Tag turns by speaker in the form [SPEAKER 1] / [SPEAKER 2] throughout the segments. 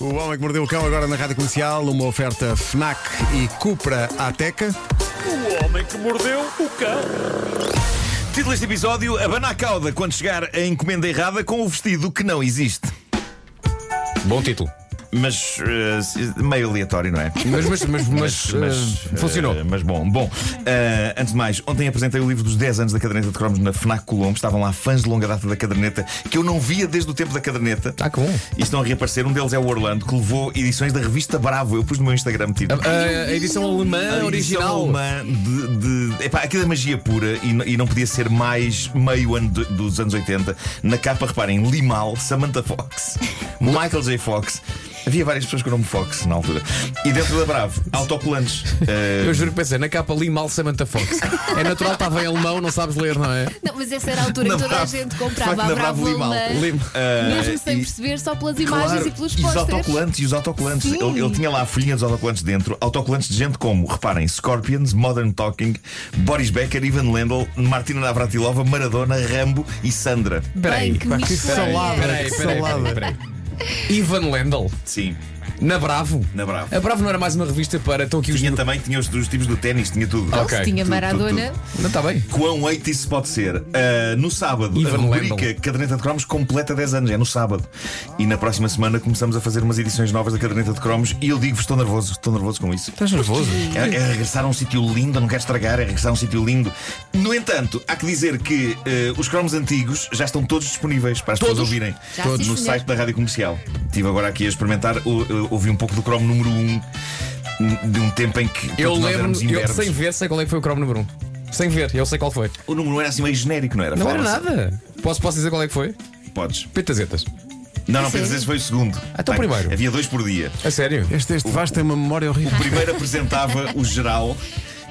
[SPEAKER 1] O Homem que Mordeu o Cão agora na Rádio Comercial, uma oferta FNAC e Cupra Ateca.
[SPEAKER 2] O homem que mordeu o cão.
[SPEAKER 3] Título deste episódio: Abana a cauda quando chegar a encomenda errada com o vestido que não existe.
[SPEAKER 4] Bom título.
[SPEAKER 3] Mas eh, meio aleatório, não é?
[SPEAKER 4] Mas, mas, mas, mas,
[SPEAKER 3] Mas, mas,
[SPEAKER 4] eh, funcionou.
[SPEAKER 3] eh, mas bom, bom. eh, antes de mais, ontem apresentei o livro dos 10 anos da caderneta de cromos na FNAC Colombo. Estavam lá fãs de longa data da caderneta que eu não via desde o tempo da caderneta.
[SPEAKER 4] Ah, que bom.
[SPEAKER 3] E estão a reaparecer. Um deles é o Orlando, que levou edições da revista Bravo. Eu pus no meu Instagram tipo,
[SPEAKER 4] A,
[SPEAKER 3] título.
[SPEAKER 4] a- a edição alemã
[SPEAKER 3] A
[SPEAKER 4] original.
[SPEAKER 3] edição alemã de, de epá, aquilo é magia pura e, n- e não podia ser mais meio ano de- dos anos 80. Na capa, reparem, Limal, Samantha Fox, Michael J. Fox. Havia várias pessoas com o nome Fox na altura. E dentro da Bravo, autocolantes. Eh,
[SPEAKER 4] Eu juro que pensei, na capa ali mal Samantha Fox. É natural, estava em alemão, não sabes ler, não é?
[SPEAKER 5] Não, mas essa era a altura em que
[SPEAKER 3] Na
[SPEAKER 5] toda
[SPEAKER 3] Bravo.
[SPEAKER 5] a gente
[SPEAKER 3] De
[SPEAKER 5] comprava
[SPEAKER 3] facto,
[SPEAKER 5] a
[SPEAKER 3] na
[SPEAKER 5] Bravo
[SPEAKER 3] Bravo Limal.
[SPEAKER 5] Alemã,
[SPEAKER 4] Lim-
[SPEAKER 3] eh,
[SPEAKER 5] mesmo sem
[SPEAKER 3] e-
[SPEAKER 5] perceber, só pelas
[SPEAKER 3] Claro,
[SPEAKER 5] imagens e pelos
[SPEAKER 3] os
[SPEAKER 5] posters.
[SPEAKER 3] autocolantes, e os autocolantes.
[SPEAKER 5] Sim.
[SPEAKER 3] Ele, ele tinha lá a folhinha dos autocolantes dentro. Autocolantes de gente como, reparem, Scorpions, Modern Talking, Boris Becker, Ivan Lendl, Martina Navratilova, Maradona, Rambo e Sandra.
[SPEAKER 5] Bem, que
[SPEAKER 4] pá,
[SPEAKER 5] mistura.
[SPEAKER 4] salada, peraí, peraí, peraí, peraí. Ivan Lendl,
[SPEAKER 3] Sim,
[SPEAKER 4] na Bravo.
[SPEAKER 3] na Bravo.
[SPEAKER 4] A Bravo não era mais uma revista para. Estão aqui os.
[SPEAKER 3] Tinha também, tinha É os, os tipos do ténis, tinha tudo.
[SPEAKER 4] Ah, ok.
[SPEAKER 5] Tinha
[SPEAKER 3] Tudo,
[SPEAKER 5] Maradona.
[SPEAKER 3] tudo,
[SPEAKER 4] Não está bem.
[SPEAKER 3] Quão 80 isso pode ser? Ah, no sábado,
[SPEAKER 4] Ivan
[SPEAKER 3] a rubrica
[SPEAKER 4] Lendl.
[SPEAKER 3] Caderneta de Cromos completa 10 anos, é no sábado. E na próxima semana começamos a fazer umas edições novas da Caderneta de Cromos e eu digo-vos, estou nervoso, estou nervoso com isso.
[SPEAKER 4] Estás nervoso?
[SPEAKER 3] É, é regressar a um sítio lindo, não quero estragar, é regressar a um sítio lindo. No entanto, há que dizer que eh, os cromos antigos já estão todos disponíveis para as pessoas
[SPEAKER 4] Todos?
[SPEAKER 3] ouvirem
[SPEAKER 5] Já,
[SPEAKER 3] Todos.
[SPEAKER 5] sim,
[SPEAKER 3] no
[SPEAKER 5] senhor.
[SPEAKER 3] site da Rádio Comercial. Estive agora aqui a experimentar, o- eu ouvi um pouco do cromo número 1, de um tempo em que todos
[SPEAKER 4] Eu
[SPEAKER 3] nós éramos
[SPEAKER 4] lembro-me, eu
[SPEAKER 3] imberbes.
[SPEAKER 4] sem ver, sei qual é que foi o cromo número 1. Sem ver, eu sei qual foi.
[SPEAKER 3] O número 1 era assim meio genérico, não era?
[SPEAKER 4] Não era
[SPEAKER 3] Falava-se-
[SPEAKER 4] nada. Posso, posso dizer qual é que foi?
[SPEAKER 3] Podes.
[SPEAKER 4] Petazetas.
[SPEAKER 3] Não, não,
[SPEAKER 5] Sim.
[SPEAKER 3] penso esse foi o segundo.
[SPEAKER 4] Então
[SPEAKER 3] Bem,
[SPEAKER 4] primeiro.
[SPEAKER 3] Havia dois por dia.
[SPEAKER 4] A sério?
[SPEAKER 1] Este, este vasto tem uma memória horrível.
[SPEAKER 3] O primeiro apresentava o geral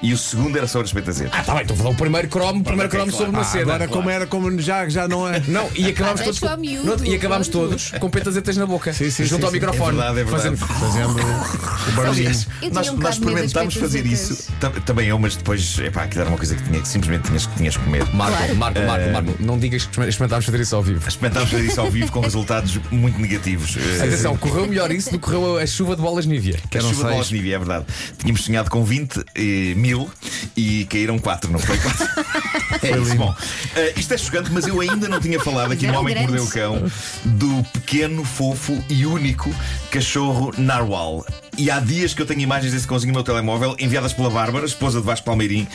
[SPEAKER 3] e o segundo era sobre as petazes.
[SPEAKER 4] Ah, tá bem, então vou dar o primeiro cromo, o primeiro
[SPEAKER 3] ok,
[SPEAKER 4] cromo
[SPEAKER 3] claro.
[SPEAKER 4] sobre uma
[SPEAKER 3] Ah,
[SPEAKER 4] seda.
[SPEAKER 1] Agora, como era, como já, já não é.
[SPEAKER 4] Não, e acabámos
[SPEAKER 5] Ah,
[SPEAKER 4] todos.
[SPEAKER 5] deixa ao miúdo,
[SPEAKER 4] Não, e acabámos
[SPEAKER 5] pronto.
[SPEAKER 4] todos com petazetas na boca.
[SPEAKER 1] Sim, sim,
[SPEAKER 4] junto
[SPEAKER 1] sim,
[SPEAKER 4] ao
[SPEAKER 1] sim.
[SPEAKER 4] microfone.
[SPEAKER 3] É verdade, é verdade.
[SPEAKER 4] Fazendo...
[SPEAKER 1] Fazendo o barulhinho.
[SPEAKER 3] Aliás,
[SPEAKER 5] Eu tinha
[SPEAKER 3] nós, nós
[SPEAKER 5] um bocado medo das
[SPEAKER 3] experimentámos fazer
[SPEAKER 5] petazetas.
[SPEAKER 3] isso. Tam- Também eu, mas depois, epá, aquilo era uma coisa que tinha que simplesmente tinhas, tinhas que comer.
[SPEAKER 4] Marco,
[SPEAKER 5] Claro.
[SPEAKER 4] Marco, Marco, Marco, Eh, não digas que exper- experimentámos fazer isso ao vivo.
[SPEAKER 3] Experimentámos fazer isso ao vivo com resultados muito negativos. Eh,
[SPEAKER 4] Atenção, correu melhor isso do que correu a, a chuva de bolas Nivea. Que
[SPEAKER 3] a
[SPEAKER 4] eram
[SPEAKER 3] chuva de
[SPEAKER 4] seis.
[SPEAKER 3] bolas Nivea, é verdade. Tínhamos sonhado com 20 eh, mil e caíram 4, não foi? 4. foi isso. Bom, eh, isto é chocante, mas eu ainda não tinha falado aqui no
[SPEAKER 5] Eram
[SPEAKER 3] Homem que Mordeu o Cão do pequeno, fofo e único cachorro narwhal. E há dias que eu tenho imagens desse cãozinho no meu telemóvel enviadas pela Bárbara, esposa de Vasco Palmeirim.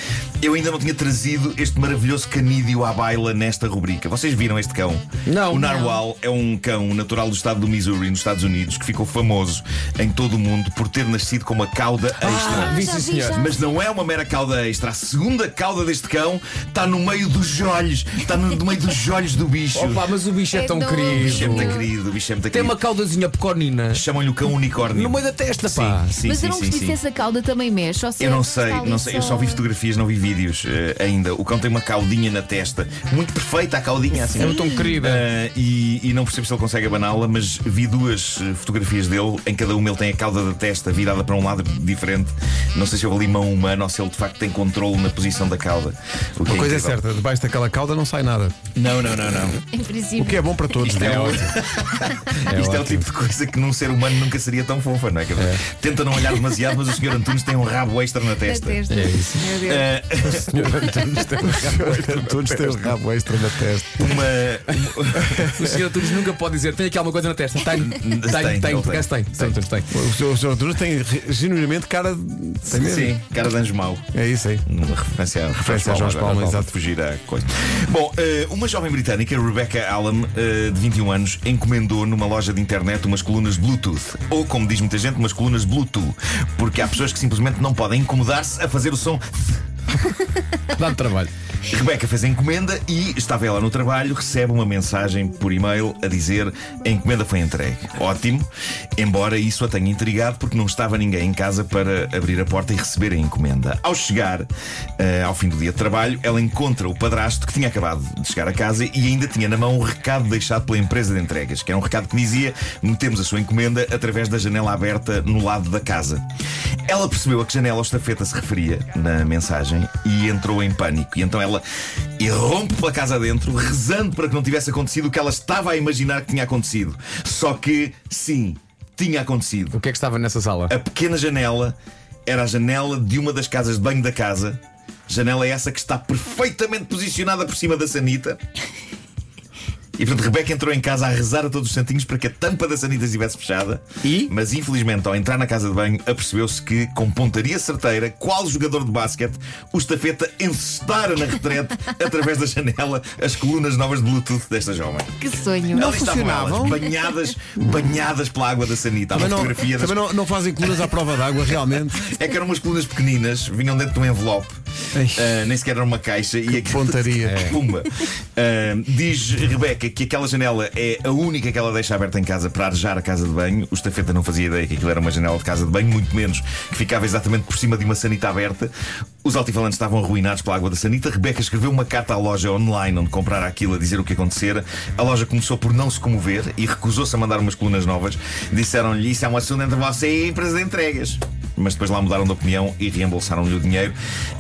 [SPEAKER 3] Eu ainda não tinha trazido este maravilhoso canídeo à baila nesta rubrica. Vocês viram este cão?
[SPEAKER 4] Não.
[SPEAKER 3] O narwhal é um cão natural do estado do Missouri, nos Estados Unidos, que ficou famoso em todo o mundo por ter nascido com uma cauda extra.
[SPEAKER 4] vi,
[SPEAKER 5] já
[SPEAKER 4] sim,
[SPEAKER 5] vi,
[SPEAKER 4] senhor.
[SPEAKER 5] já.
[SPEAKER 3] Mas não é uma mera cauda extra. A segunda cauda deste cão está no meio dos olhos. Está no meio dos olhos do bicho.
[SPEAKER 4] Opa, mas o bicho é,
[SPEAKER 5] É
[SPEAKER 4] tão
[SPEAKER 3] O
[SPEAKER 5] tão
[SPEAKER 3] bicho é
[SPEAKER 4] querido.
[SPEAKER 3] muito querido. O bicho é muito
[SPEAKER 4] Tem uma
[SPEAKER 3] querido.
[SPEAKER 4] caudazinha pequenina
[SPEAKER 3] Chamam-lhe o cão unicórnio.
[SPEAKER 4] no meio da testa, pá.
[SPEAKER 3] Sim, sim,
[SPEAKER 5] Mas
[SPEAKER 3] sim,
[SPEAKER 5] eu não
[SPEAKER 3] sim,
[SPEAKER 5] percebi se
[SPEAKER 3] sim.
[SPEAKER 5] essa cauda também mexe. só se
[SPEAKER 3] Eu não
[SPEAKER 5] é-
[SPEAKER 3] sei,
[SPEAKER 5] está ali
[SPEAKER 3] não sei, eu só vi fotografias, não vi vídeos eh, ainda. O cão tem uma caudinha na testa, muito perfeita a caudinha, assim.
[SPEAKER 4] É muito tão querida.
[SPEAKER 3] Eh, e, e não percebo se ele consegue abaná-la, mas vi duas eh, fotografias dele. Em cada uma ele tem a cauda da testa virada para um lado diferente. Não sei se houve ali mão humana ou se ele de facto tem controle na posição da cauda. O que
[SPEAKER 1] Uma coisa é
[SPEAKER 3] incrível.
[SPEAKER 1] certa, debaixo daquela cauda não sai nada.
[SPEAKER 3] Não, não, não, não.
[SPEAKER 5] Em
[SPEAKER 1] O que
[SPEAKER 5] princípio.
[SPEAKER 1] é bom para todos,
[SPEAKER 3] Isto é,
[SPEAKER 1] não
[SPEAKER 3] o-
[SPEAKER 1] é?
[SPEAKER 3] Isto é o tipo de coisa que num ser humano nunca seria tão fofa, não é? Quer dizer, Tenta não olhar demasiado, mas o senhor Antunes tem um rabo extra na
[SPEAKER 5] da
[SPEAKER 3] testa.
[SPEAKER 5] testa. Meu Deus.
[SPEAKER 3] Eh,
[SPEAKER 1] é Todos têm o rabo extra na testa.
[SPEAKER 3] uma,
[SPEAKER 4] O senhor Antunes nunca pode dizer: tem aqui alguma coisa na testa? Tenho, tenho,
[SPEAKER 3] tem,
[SPEAKER 4] tenho,
[SPEAKER 3] ele
[SPEAKER 4] por acaso tem. Senhor Antunes, tem.
[SPEAKER 1] O senhor, o senhor Antunes tem re- genuinamente cara de. tem mesmo.
[SPEAKER 3] Sim, cara de anjo mau.
[SPEAKER 1] É isso aí.
[SPEAKER 3] Uma referência,
[SPEAKER 1] Referência a Jorge Palma, exato.
[SPEAKER 3] fugir à coisa. Bom, eh, uma jovem britânica, Rebecca Allen, eh, de 21 anos, encomendou numa loja de internet umas colunas Bluetooth. Ou, como diz muita gente, umas colunas Bluetooth. Porque há pessoas que simplesmente não podem incomodar-se a fazer o som.
[SPEAKER 4] Dá-me trabalho.
[SPEAKER 3] Rebeca fez a encomenda e estava ela no trabalho, recebe uma mensagem por e-mail a dizer a encomenda foi entregue. Ótimo, embora isso a tenha intrigado porque não estava ninguém em casa para abrir a porta e receber a encomenda. Ao chegar eh, ao fim do dia de trabalho, ela encontra o padrasto que tinha acabado de chegar a casa e ainda tinha na mão um recado deixado pela empresa de entregas, que era um recado que dizia: metemos a sua encomenda através da janela aberta no lado da casa. Ela percebeu a que janela ou estafeta se referia na mensagem e entrou em pânico. E então ela irrompe pela casa dentro, rezando para que não tivesse acontecido o que ela estava a imaginar que tinha acontecido. Só que, sim, tinha acontecido.
[SPEAKER 4] O que é que estava nessa sala?
[SPEAKER 3] A pequena janela era a janela de uma das casas de banho da casa. Janela é essa que está perfeitamente posicionada por cima da sanita. E portanto, Rebeca entrou em casa a rezar a todos os santinhos para que a tampa da sanita estivesse fechada.
[SPEAKER 4] E?
[SPEAKER 3] Mas infelizmente, ao entrar na casa de banho, apercebeu-se que, com pontaria certeira, qual jogador de basquete, o estafeta encestara na retrete, através da janela, as colunas novas de Bluetooth desta jovem.
[SPEAKER 5] Que sonho.
[SPEAKER 3] Ali estavam
[SPEAKER 1] funcionavam?
[SPEAKER 3] elas, banhadas, banhadas pela água da sanita. Há uma
[SPEAKER 1] Também, não,
[SPEAKER 3] fotografia das
[SPEAKER 1] também não, não fazem colunas à prova d'água, realmente.
[SPEAKER 3] é que eram umas colunas pequeninas, vinham dentro de um envelope,
[SPEAKER 1] Ai.
[SPEAKER 3] ah, nem sequer era uma caixa. e aquilo-
[SPEAKER 1] pontaria.
[SPEAKER 3] É. Pumba. Ah, diz Rebeca que aquela janela é a única que ela deixa aberta em casa para arejar a casa de banho. O estafeta não fazia ideia que aquilo era uma janela de casa de banho, muito menos que ficava exatamente por cima de uma sanita aberta. Os altifalantes estavam arruinados pela água da sanita. Rebeca escreveu uma carta à loja online onde comprara aquilo a dizer o que acontecera. A loja começou por não se comover e recusou-se a mandar umas colunas novas. Disseram-lhe isso é um assunto entre você e a empresa de entregas mas depois lá mudaram de opinião e reembolsaram-lhe o dinheiro.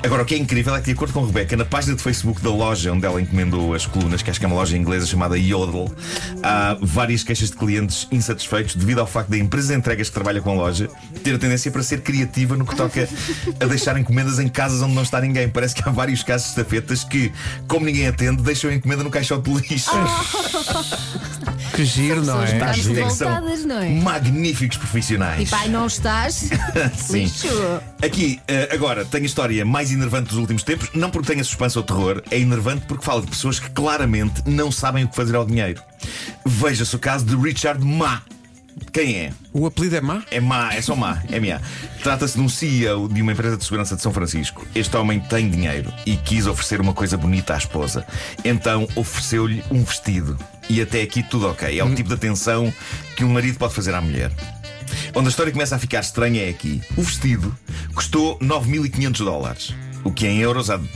[SPEAKER 3] Agora, o que é incrível é que, de acordo com a Rebeca, na página de Facebook da loja onde ela encomendou as colunas, que acho que é uma loja inglesa chamada Yodel, há várias queixas de clientes insatisfeitos devido ao facto da empresa de entregas que trabalha com a loja ter a tendência para ser criativa no que toca a deixar encomendas em casas onde não está ninguém. Parece que há vários casos de estafetas que, como ninguém atende, deixam a encomenda no caixote de lixo.
[SPEAKER 5] Ah,
[SPEAKER 1] Que giro, não
[SPEAKER 5] Pessoas
[SPEAKER 1] é?
[SPEAKER 5] mais
[SPEAKER 3] Isto é que são
[SPEAKER 5] revoltadas, não é? Tipo,
[SPEAKER 3] Magníficos profissionais.
[SPEAKER 5] E pai, não estás?
[SPEAKER 3] Sim.
[SPEAKER 5] Lixo.
[SPEAKER 3] Aqui, eh, agora, tenho a história mais enervante dos últimos tempos. Não porque tenha suspense ou terror, é enervante porque fala de pessoas que claramente não sabem o que fazer ao dinheiro. Veja-se o caso de Richard Ma. Quem é?
[SPEAKER 1] O apelido é má?
[SPEAKER 3] É má, é só má, é má. Trata-se de um CEO de uma empresa de segurança de São Francisco. Este homem tem dinheiro e quis oferecer uma coisa bonita à esposa. Então ofereceu-lhe um vestido. E até aqui tudo ok. É o tipo de atenção que um marido pode fazer à mulher. Onde a história começa a ficar estranha é aqui. O vestido custou 9.500 dólares. O que é em euros há de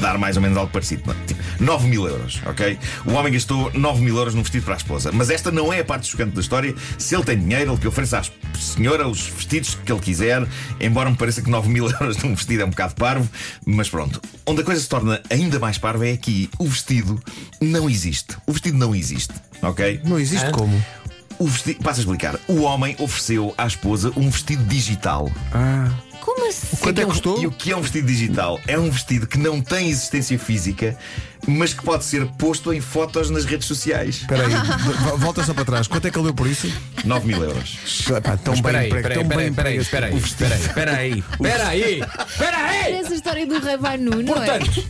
[SPEAKER 3] dar mais ou menos algo parecido. não é? Tipo, 9 mil euros, ok? O homem gastou 9 mil euros num vestido para a esposa. Mas esta não é a parte chocante da história. Se ele tem dinheiro, ele que ofereça à senhora os vestidos que ele quiser, embora me pareça que 9 mil euros num vestido é um bocado parvo, mas pronto. Onde a coisa se torna ainda mais parva é que o vestido não existe. O vestido não existe, ok?
[SPEAKER 1] Não existe como?
[SPEAKER 3] O vesti... Passo a explicar. O homem ofereceu à esposa um vestido digital.
[SPEAKER 5] Como assim?
[SPEAKER 1] Quanto é que
[SPEAKER 3] E
[SPEAKER 1] custou?
[SPEAKER 3] o que é um vestido digital? É um vestido que não tem existência física, mas que pode ser posto em fotos nas redes sociais.
[SPEAKER 1] Espera aí, vo- volta só para trás. Quanto é que ele deu por isso?
[SPEAKER 3] 9 mil euros.
[SPEAKER 1] Pá, tão
[SPEAKER 4] Espera
[SPEAKER 1] bem
[SPEAKER 4] aí,
[SPEAKER 1] emprego,
[SPEAKER 4] espera aí,
[SPEAKER 1] tão
[SPEAKER 4] espera
[SPEAKER 1] bem
[SPEAKER 4] aí, espera aí,
[SPEAKER 1] emprego.
[SPEAKER 4] espera aí, espera aí, espera aí, espera aí, espera aí.
[SPEAKER 5] Parece a história do Rei Banu, não é?
[SPEAKER 4] Portanto,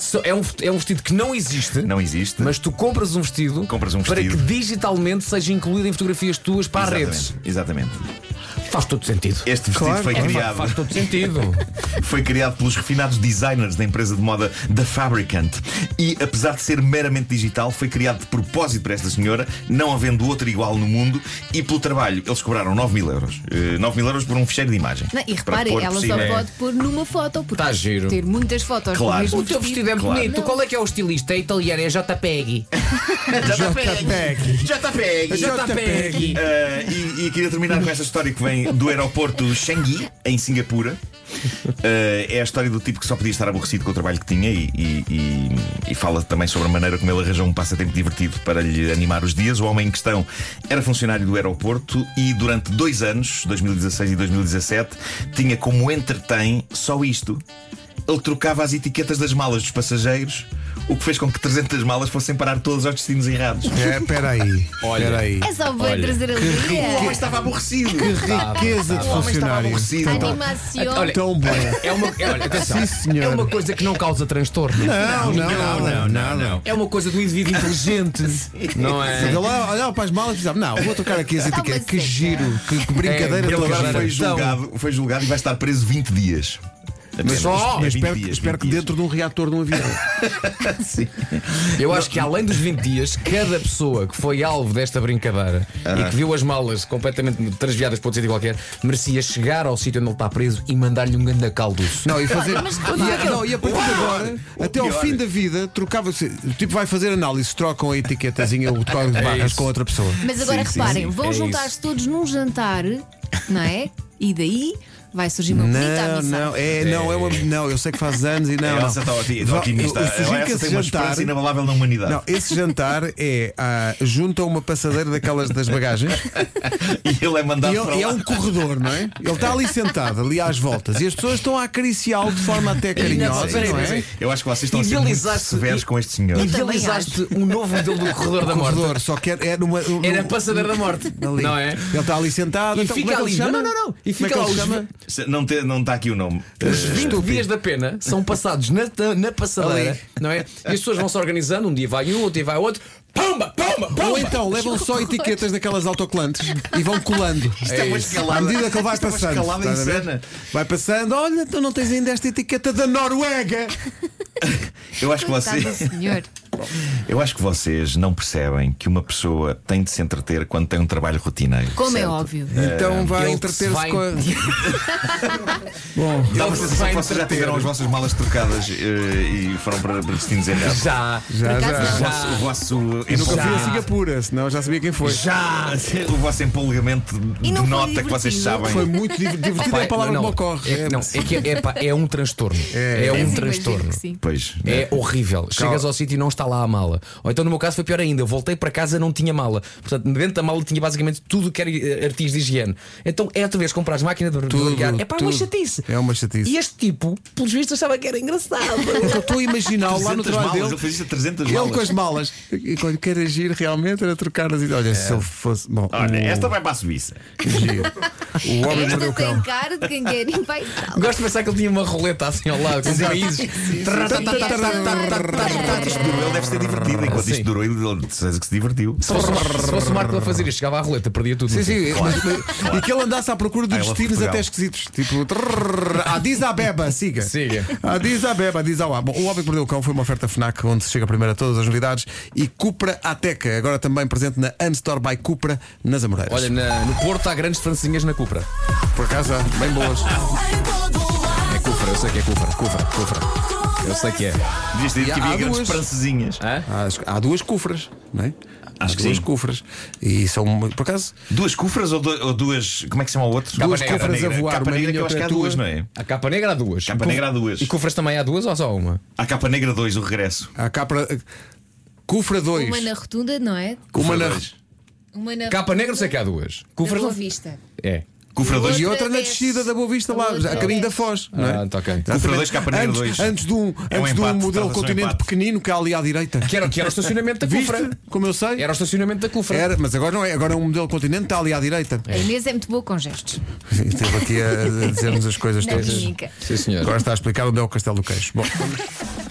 [SPEAKER 4] só- é um, é um vestido que não existe.
[SPEAKER 3] Não existe.
[SPEAKER 4] Mas tu compras um vestido,
[SPEAKER 3] Compras um
[SPEAKER 4] para que
[SPEAKER 3] vestido.
[SPEAKER 4] digitalmente seja incluído em fotografias tuas para as redes.
[SPEAKER 3] Exatamente. É Exatamente.
[SPEAKER 4] Faz todo sentido.
[SPEAKER 3] Este vestido
[SPEAKER 1] Claro,
[SPEAKER 3] foi
[SPEAKER 1] claro.
[SPEAKER 3] criado.
[SPEAKER 4] É, Faz todo sentido.
[SPEAKER 3] foi criado pelos refinados designers da empresa de moda The Fabricant. E, apesar de ser meramente digital, foi criado de propósito para esta senhora, não havendo outro igual no mundo, e pelo trabalho eles cobraram 9 mil euros. 9 mil euros por um fecheiro de imagem.
[SPEAKER 5] Não, e
[SPEAKER 3] Para
[SPEAKER 5] reparem,
[SPEAKER 3] pôr por
[SPEAKER 5] ela
[SPEAKER 3] cima.
[SPEAKER 5] só pode pôr numa foto, porque
[SPEAKER 4] Tá giro.
[SPEAKER 5] ter muitas fotos com
[SPEAKER 3] Claro.
[SPEAKER 5] mesmo
[SPEAKER 4] O teu vestido é
[SPEAKER 3] Claro.
[SPEAKER 4] bonito.
[SPEAKER 5] Não.
[SPEAKER 4] Qual é que é o estilista? É italiano, é JPEG. tá
[SPEAKER 1] JPEG.
[SPEAKER 3] JPEG.
[SPEAKER 1] JPEG.
[SPEAKER 3] Ah, e, e queria terminar com esta história que vem do aeroporto Changi, em Singapura. Ah, é a história do tipo que só podia estar aborrecido com o trabalho que tinha e, e- e- e fala também sobre a maneira como ele arranjou um passatempo divertido para lhe animar os dias. O homem em questão era funcionário do aeroporto e durante dois anos, 2016 e 2017, tinha como entretém só isto. Ele trocava as etiquetas das malas dos passageiros, o que fez com que 300 malas fossem parar todas aos destinos errados.
[SPEAKER 1] É, espera aí.
[SPEAKER 4] Olha.
[SPEAKER 1] Espera aí.
[SPEAKER 5] É só bem
[SPEAKER 4] Olha,
[SPEAKER 5] trazer
[SPEAKER 3] O
[SPEAKER 5] alegria.
[SPEAKER 3] homem estava aborrecido.
[SPEAKER 1] Riqueza de
[SPEAKER 3] O homem estava
[SPEAKER 1] funcionário.
[SPEAKER 3] aborrecido.
[SPEAKER 5] Animação.
[SPEAKER 4] Olha,
[SPEAKER 1] Tão bom.
[SPEAKER 4] É uma, é, olha, atenção.
[SPEAKER 1] Sim, senhor.
[SPEAKER 4] É uma coisa que não causa transtorno.
[SPEAKER 1] Não, é? não, não, não, não.
[SPEAKER 4] É uma coisa do indivíduo inteligente. não é?
[SPEAKER 1] Ele olhava olhava para as malas e dizia: Não, vou trocar aqui as
[SPEAKER 5] Dá uma
[SPEAKER 1] etiquetas. Que
[SPEAKER 5] seca.
[SPEAKER 1] giro, que que brincadeira
[SPEAKER 4] É,
[SPEAKER 1] tão
[SPEAKER 3] Ele agora
[SPEAKER 1] gira.
[SPEAKER 3] foi
[SPEAKER 4] Então-
[SPEAKER 3] julgado, foi julgado e vai estar preso 20 dias. Apenas.
[SPEAKER 4] só?
[SPEAKER 3] É
[SPEAKER 1] Mas
[SPEAKER 3] 20
[SPEAKER 1] espero, que-
[SPEAKER 3] dias,
[SPEAKER 1] espero que
[SPEAKER 3] 20 dias.
[SPEAKER 1] dentro de um reator de um avião.
[SPEAKER 3] Sim.
[SPEAKER 4] Eu acho que além dos 20 dias, cada pessoa que foi alvo desta brincadeira e que viu as malas completamente transviadas para outro sítio qualquer, merecia chegar ao sítio onde ele está preso e mandar-lhe um grande caldos.
[SPEAKER 1] Não, e fazer.
[SPEAKER 5] Olha, mas- é
[SPEAKER 1] e, a- não, e a partir de agora, até ao
[SPEAKER 3] pior.
[SPEAKER 1] fim da vida, trocava-se. Tipo, vai fazer análise, trocam a etiquetazinha ou trocam de barras
[SPEAKER 4] É isso.
[SPEAKER 1] com outra pessoa.
[SPEAKER 5] Mas agora
[SPEAKER 3] Sim, sim,
[SPEAKER 5] reparem,
[SPEAKER 3] sim.
[SPEAKER 5] vão
[SPEAKER 4] É
[SPEAKER 5] juntar-se todos num jantar, não é? E daí Vai surgir uma bonita
[SPEAKER 1] Não,
[SPEAKER 5] amizade.
[SPEAKER 1] não, é, não, é uma, não, eu sei que fazes anos e
[SPEAKER 4] É,
[SPEAKER 1] não.
[SPEAKER 3] a
[SPEAKER 1] não.
[SPEAKER 4] tá
[SPEAKER 3] Elsa está oti- está
[SPEAKER 1] Va-
[SPEAKER 3] tá otimista.
[SPEAKER 1] eu
[SPEAKER 3] A
[SPEAKER 1] sugiro que
[SPEAKER 3] Elsa
[SPEAKER 1] esse
[SPEAKER 3] tem uma
[SPEAKER 1] jantar.
[SPEAKER 3] esperança inabalável na humanidade.
[SPEAKER 1] Não, esse jantar é ah, junto a uma passadeira daquelas das bagagens
[SPEAKER 3] E ele é mandado
[SPEAKER 1] e,
[SPEAKER 3] para
[SPEAKER 1] ele- e é
[SPEAKER 3] lá.
[SPEAKER 1] um corredor, não é? Ele está ali sentado, ali às voltas, e as pessoas estão a acariciá-lo de forma até carinhosa,
[SPEAKER 4] Não, peraí,
[SPEAKER 1] não
[SPEAKER 4] peraí.
[SPEAKER 1] é?
[SPEAKER 3] Eu acho que vocês estão a ser muito
[SPEAKER 4] Idealizaste-
[SPEAKER 3] severos com este senhor.
[SPEAKER 5] também
[SPEAKER 4] Idealizaste um novo modelo do corredor da morte.
[SPEAKER 1] Corredor, só que é numa.
[SPEAKER 4] Era a
[SPEAKER 1] num-
[SPEAKER 4] passadeira da morte.
[SPEAKER 1] ali.
[SPEAKER 4] Não é?
[SPEAKER 1] Ele está ali sentado,
[SPEAKER 4] E
[SPEAKER 1] então, como
[SPEAKER 4] fica
[SPEAKER 1] é que ele
[SPEAKER 4] ali.
[SPEAKER 1] se chama?
[SPEAKER 4] Não, não, não. E
[SPEAKER 1] Como é
[SPEAKER 4] fica
[SPEAKER 1] que
[SPEAKER 4] lá
[SPEAKER 1] ele se
[SPEAKER 4] os
[SPEAKER 1] chama?
[SPEAKER 4] vi-
[SPEAKER 3] Se- Não está não está aqui o nome.
[SPEAKER 1] É
[SPEAKER 4] Os 20 dias da pena são passados na, na passadeira,
[SPEAKER 1] Ali.
[SPEAKER 4] não é? E as pessoas vão se organizando, um dia vai um, outro dia vai outro. Pumba, pumba, pumba!
[SPEAKER 1] Ou então levam só etiquetas daquelas autocolantes e vão colando. Isto
[SPEAKER 3] é uma
[SPEAKER 1] isso.
[SPEAKER 3] escalada.
[SPEAKER 1] À medida que ele vai
[SPEAKER 3] Isto é uma
[SPEAKER 1] passando.
[SPEAKER 3] escalada
[SPEAKER 1] estás a ver?
[SPEAKER 3] insana.
[SPEAKER 1] Vai passando, olha, tu não tens ainda esta etiqueta da Noruega.
[SPEAKER 3] Eu acho que
[SPEAKER 5] Coitado do
[SPEAKER 3] vocês.
[SPEAKER 5] senhor.
[SPEAKER 3] Eu acho que vocês não percebem que uma pessoa tem de se entreter quando tem um trabalho rotineiro.
[SPEAKER 5] Como é
[SPEAKER 3] certo?
[SPEAKER 5] óbvio.
[SPEAKER 1] Então vai
[SPEAKER 4] Ele
[SPEAKER 1] entreter-se
[SPEAKER 4] se vai-
[SPEAKER 1] com a. Bom,
[SPEAKER 3] Dá uma
[SPEAKER 4] Ele
[SPEAKER 3] sensação
[SPEAKER 4] vai
[SPEAKER 3] que vocês já
[SPEAKER 4] entreter.
[SPEAKER 3] tiveram as vossas malas trocadas eh, e foram para, para destinos em nada.
[SPEAKER 4] Já,
[SPEAKER 1] já,
[SPEAKER 5] acaso
[SPEAKER 1] já.
[SPEAKER 5] não.
[SPEAKER 3] O vosso- O vosso,
[SPEAKER 1] Eu nunca vi
[SPEAKER 3] empolga-
[SPEAKER 1] a Singapura, senão já sabia quem foi.
[SPEAKER 4] já!
[SPEAKER 3] o vosso empolgamento
[SPEAKER 5] E não
[SPEAKER 3] de
[SPEAKER 5] foi
[SPEAKER 3] nota que vocês
[SPEAKER 5] divertido?
[SPEAKER 3] sabem.
[SPEAKER 1] Foi muito div- divertido, é a palavra que
[SPEAKER 4] não, não,
[SPEAKER 1] me ocorre.
[SPEAKER 4] É, não, é que é, é pá, é um transtorno. É,
[SPEAKER 5] Mas
[SPEAKER 4] um
[SPEAKER 5] imagino
[SPEAKER 4] transtorno.
[SPEAKER 5] que sim.
[SPEAKER 3] Pois. né?
[SPEAKER 4] É horrível. Chegas ao sítio e não está lá a mala. Ou então, no meu caso, foi pior ainda. Eu voltei para casa e não tinha mala. Portanto, dentro da mala tinha basicamente tudo que era eh, artigos de higiene. Então, é outra vez comprar máquina de
[SPEAKER 1] Tudo,
[SPEAKER 4] barbear. É pá, é uma
[SPEAKER 1] tudo.
[SPEAKER 4] chatice.
[SPEAKER 1] É uma chatice.
[SPEAKER 4] E este tipo, pelos vistos, achava que era engraçado.
[SPEAKER 1] Eu estou a imaginá-lo lá no
[SPEAKER 3] 300
[SPEAKER 1] trabalho
[SPEAKER 3] malas,
[SPEAKER 1] dele.
[SPEAKER 3] ele fez isto a 300
[SPEAKER 1] Ele
[SPEAKER 3] malas.
[SPEAKER 1] com as malas. E quando quer agir realmente era trocar as ideias. Olha, se ele fosse. Bom,
[SPEAKER 3] Olha,
[SPEAKER 1] o-
[SPEAKER 3] esta vai para a Suíça.
[SPEAKER 5] É.
[SPEAKER 1] giro. O homem mordeu
[SPEAKER 5] Esta
[SPEAKER 1] o cão.
[SPEAKER 5] tem cara de quem quer enfeitar.
[SPEAKER 4] Gosto de pensar que ele tinha uma roleta assim ao lado, com países.
[SPEAKER 3] Enquanto isto durou, ele deve ser divertido. Enquanto
[SPEAKER 4] Sim.
[SPEAKER 3] isto durou, ele de certeza que se divertiu.
[SPEAKER 4] Se fosse- se fosse o Marco a fazer isto, chegava à roleta, perdia tudo.
[SPEAKER 1] Sim,
[SPEAKER 4] no fim.
[SPEAKER 1] sim, mas- mas- E que ele andasse à procura de
[SPEAKER 3] I love
[SPEAKER 1] destinos
[SPEAKER 3] Portugal.
[SPEAKER 1] até esquisitos. Tipo, trrr, Addis Abeba, siga. Ah,
[SPEAKER 4] Siga.
[SPEAKER 1] Addis Abeba, Addis Abeba. Bom, o Homem que Mordeu o Cão foi uma oferta Fnac, onde se chega primeiro a todas as novidades. E Cupra Ateca, agora também presente na Unstore by Cupra, nas Amoreiras.
[SPEAKER 4] Olha, na- no Porto há grandes francinhas na Cupra.
[SPEAKER 1] por acaso, há, bem boas.
[SPEAKER 4] É Cupra, eu sei que é Cupra. Cupra, Cupra. Eu sei que é.
[SPEAKER 3] Devias ter dito que
[SPEAKER 1] há
[SPEAKER 3] havia grandes
[SPEAKER 1] duas. Ah.
[SPEAKER 3] prancesinhas.
[SPEAKER 4] Hã?
[SPEAKER 1] Há, as- há duas cufras, não é?
[SPEAKER 3] Acho
[SPEAKER 1] há
[SPEAKER 3] que
[SPEAKER 1] duas
[SPEAKER 3] sim.
[SPEAKER 1] cufras. E são, uma- por acaso,
[SPEAKER 3] Duas cufras ou, do- ou duas. Como é que se chama o outro?
[SPEAKER 1] duas
[SPEAKER 4] negra,
[SPEAKER 1] cufras a
[SPEAKER 3] negra.
[SPEAKER 1] voar. uma
[SPEAKER 3] Capa negra,
[SPEAKER 1] minha,
[SPEAKER 3] que eu acho que
[SPEAKER 1] outra
[SPEAKER 3] há
[SPEAKER 1] tua.
[SPEAKER 3] duas, não é?
[SPEAKER 4] A capa negra há duas.
[SPEAKER 3] Capa negra há duas.
[SPEAKER 4] E cufras também há duas ou só uma?
[SPEAKER 3] Há capa negra 2, o regresso.
[SPEAKER 1] Há Capra. Cufra 2.
[SPEAKER 5] Uma na rotunda, não é?
[SPEAKER 1] Uma
[SPEAKER 3] Cufra
[SPEAKER 1] na.
[SPEAKER 3] dois.
[SPEAKER 5] Uma na
[SPEAKER 4] Capa negra eu sei que há duas.
[SPEAKER 5] na
[SPEAKER 4] Cufras
[SPEAKER 5] Boa Vista.
[SPEAKER 4] É.
[SPEAKER 3] Cufra 2.
[SPEAKER 1] E outra na
[SPEAKER 5] Outra
[SPEAKER 1] descida
[SPEAKER 5] desce.
[SPEAKER 1] da Boa Vista, lá,
[SPEAKER 5] Outra
[SPEAKER 1] a caminho da
[SPEAKER 5] desce.
[SPEAKER 1] Foz. não é?
[SPEAKER 4] Ah, tá ok.
[SPEAKER 1] Exatamente.
[SPEAKER 3] Cufra dois, capa negra
[SPEAKER 1] antes,
[SPEAKER 3] dois.
[SPEAKER 1] Antes de um,
[SPEAKER 3] É um
[SPEAKER 1] antes de um
[SPEAKER 3] empate,
[SPEAKER 1] modelo
[SPEAKER 3] trata-se de um
[SPEAKER 1] continente
[SPEAKER 3] empate.
[SPEAKER 1] pequenino que há ali à direita.
[SPEAKER 4] Que era, que era o estacionamento da
[SPEAKER 1] Viste?
[SPEAKER 4] Cufra.
[SPEAKER 1] Como eu sei.
[SPEAKER 4] Era o estacionamento da Cufra.
[SPEAKER 1] Era, mas agora não é, agora é um modelo continente, está ali à direita.
[SPEAKER 5] A Inês é muito boa com gestos. é
[SPEAKER 1] Esteve aqui a a dizer-nos as coisas
[SPEAKER 5] Na
[SPEAKER 1] todas.
[SPEAKER 5] química.
[SPEAKER 4] Sim, senhor.
[SPEAKER 1] Agora está a explicar onde é o Castelo do Queixo. Bom.